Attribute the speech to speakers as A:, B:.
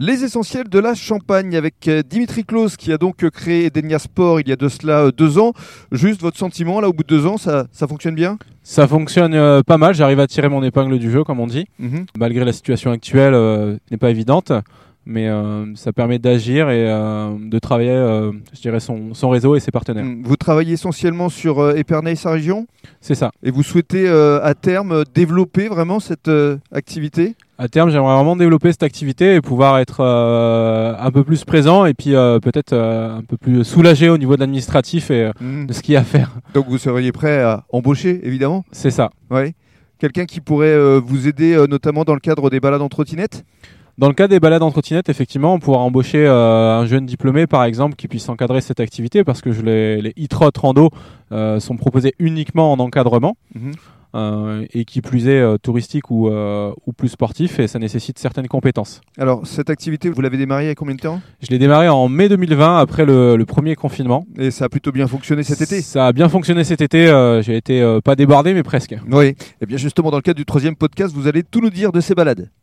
A: Les essentiels de la Champagne avec euh, Dimitri Claus qui a donc euh, créé Edenia Sport il y a de cela euh, deux ans. Juste votre sentiment là au bout de deux ans, ça, ça fonctionne bien
B: Ça fonctionne euh, pas mal, j'arrive à tirer mon épingle du jeu comme on dit.
A: Mhm.
B: Malgré la situation actuelle, euh, n'est pas évidente, mais euh, ça permet d'agir et euh, de travailler, euh, je dirais, son, son réseau et ses partenaires.
A: Mm. Vous travaillez essentiellement sur euh, Épernay et sa région
B: C'est ça.
A: et vous souhaitez euh, à terme euh, développer vraiment cette euh, activité
B: À terme, j'aimerais vraiment développer cette activité et pouvoir être euh, un peu plus présent et puis euh, peut-être euh, un peu plus soulagé au niveau de l'administratif et euh,
A: Mm.
B: de ce qu'il y a à faire.
A: Donc vous seriez prêt à embaucher évidemment
B: C'est ça.
A: Oui. Quelqu'un qui pourrait euh, vous aider euh, notamment dans le cadre des balades en trottinette
B: Dans le cas des balades en trottinette, effectivement, on pourra embaucher euh, un jeune diplômé, par exemple, qui puisse encadrer cette activité, parce que je les, les e-trot rando euh, sont proposés uniquement en encadrement,
A: Mhm.
B: euh, et qui plus est euh, touristique ou, euh, ou plus sportif, et ça nécessite certaines compétences.
A: Alors cette activité, vous l'avez démarrée il y a combien de temps
B: Je l'ai démarré en mai 2020, après le, le premier confinement.
A: Et ça a plutôt bien fonctionné cet été
B: Ça a bien fonctionné cet été, euh, j'ai été euh, pas débordé, mais presque.
A: Eh Oui. Et bien justement, dans le cadre du troisième podcast, vous allez tout nous dire de ces balades.